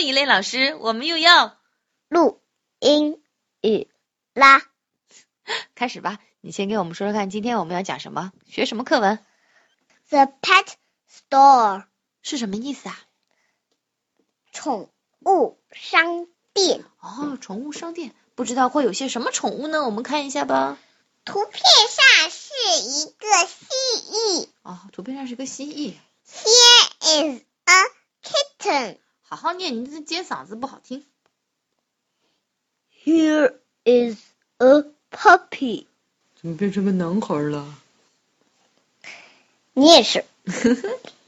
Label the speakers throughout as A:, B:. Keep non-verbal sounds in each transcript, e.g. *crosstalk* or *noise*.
A: 一类老师，我们又要
B: 录英语啦！
A: 开始吧。你先给我们说说看，今天我们要讲什么？学什么课文？
B: The pet store
A: 是什么意思啊？
B: 宠物商店
A: 哦，宠物商店，不知道会有些什么宠物呢？我们看一下吧。
B: 图片上是一个蜥蜴
A: 哦，图片上是个蜥蜴，
B: ，is a kitten.
A: 好好念，你这尖嗓子不好听。
B: Here is a puppy.
A: 怎么变成个男孩了？
B: 你
A: *laughs*
B: 也是。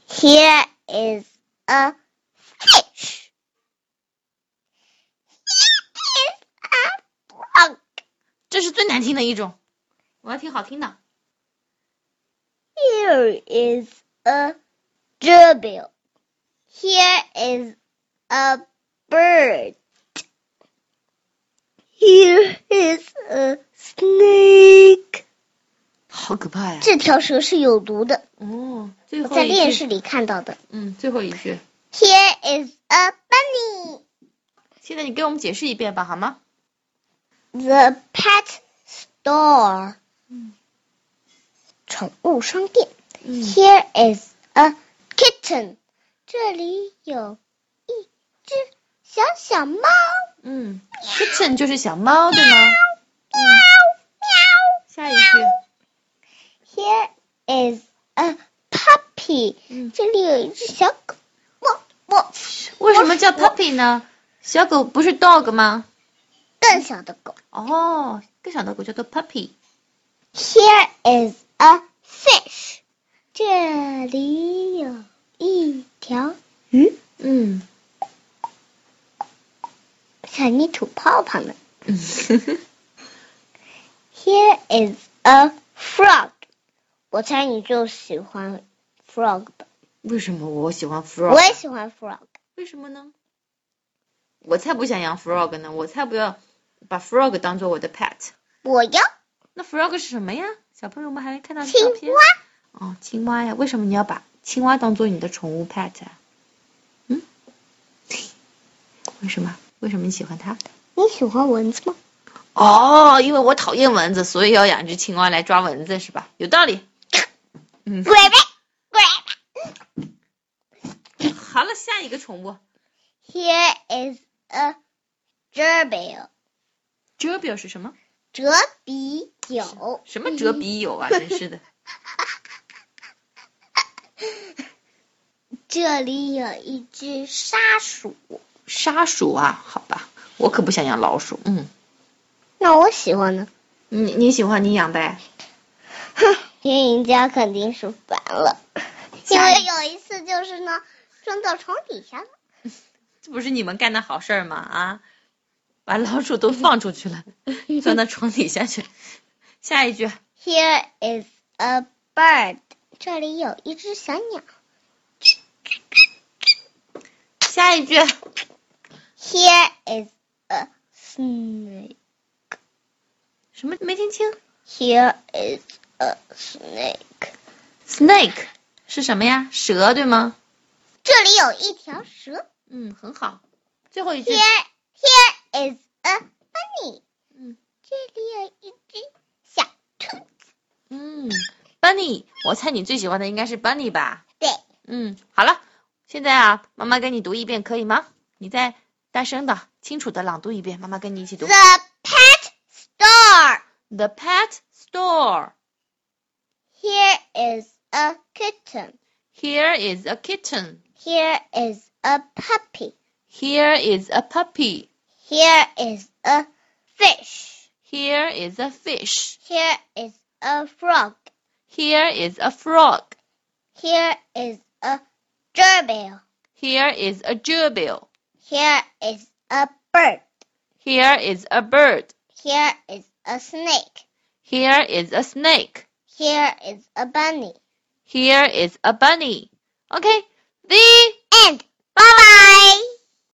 B: Here is a fish. Here is a frog.
A: 这是最难听的一种，我要听好听的。
B: Here is a gerbil. Here is a bird. Here is a snake.
A: 好可怕呀！
B: 这条蛇是有毒的，
A: 哦，最
B: 我
A: 后
B: 在
A: 一
B: 电
A: 句，
B: 视里看到的。
A: 嗯，最后一句。
B: Here is a bunny.
A: 现在你给我们解释一遍吧，好吗？
B: The pet store. 宠物商店。
A: 嗯，
B: Here is a kitten. 这里有一只小小猫。
A: 嗯，kitten 就是小猫，对吗？
B: 喵
A: 下一句，
B: 喵。Here is a puppy.
A: 嗯，
B: 这里有一只小狗。我我
A: 为什么叫 puppy 呢？小狗不是 dog 吗？
B: 更小的狗。
A: 哦，更小的狗叫做 puppy。
B: Here is a fish. 这里有一条鱼。
A: 嗯， *laughs*
B: 小泥土泡泡呢。Here is a frog. 我猜你就喜欢 frog 吧。
A: 为什么我喜欢
B: 我
A: frog？
B: 也喜欢 frog。
A: 为什么呢？我才不想养 frog 呢，我才不要把 frog 当做我的 pet。
B: 我要
A: 那 frog 是什么呀？小朋友们还没看到
B: 青
A: 照片
B: 蛙。
A: 哦，青蛙呀，为什么你要把青蛙当做你的宠物 pet 啊？嗯？为什么？为什么你喜欢它？
B: 你喜欢蚊子吗？
A: 哦，因为我讨厌蚊子，所以要养只青蛙来抓蚊子，是吧？有道理。嗯，
B: 滚呗，滚呗。
A: 好了，下一个宠物
B: Here is a gerbil.
A: 折表是什么？
B: 折笔友。
A: 什么折笔友啊，真是的。
B: 这里有一只沙鼠。
A: *laughs* 沙鼠啊，好吧，我可不想养老鼠。嗯，
B: 那我喜欢呢。
A: 你你喜欢你养呗？
B: 哼，云云家肯定是烦了，
A: *laughs*
B: 因
A: 下
B: 为
A: 一
B: 有一次就是呢，钻到床底下了。
A: 这不是你们干的好事儿吗？啊，把老鼠都放出去了，钻到床底下去。下一句，
B: Here is a bird。这里有一只小鸟。
A: 下一句，
B: Here is a snake。
A: 什么没听清
B: Here is a snake。
A: ？Snake 是什么呀？蛇对吗？
B: 这里有一条蛇。
A: 嗯，很好。最后一句，
B: Here here is a bunny。
A: 嗯
B: 这里有一只小兔子。
A: 嗯，Bunny，我猜你最喜欢的应该是 Bunny 吧？
B: 对，
A: 嗯，好了，现在啊，妈妈跟你读一遍，可以吗？你再大声的、清楚的朗读一遍，妈妈跟你一起读
B: The。pet store.
A: The pet store.
B: Here is a kitten.
A: Here is a kitten.
B: Here is a puppy.
A: Here is a puppy.
B: Here is a fish.
A: Here is a fish.
B: Here is a frog.
A: Here is a frog.
B: Here is a gerbil.
A: Here is a gerbil.
B: Here is a bird.
A: Here is a bird.
B: Here is a snake.
A: Here is a snake.
B: Here is a bunny.
A: Here is a bunny. Okay, the
B: And bye bye.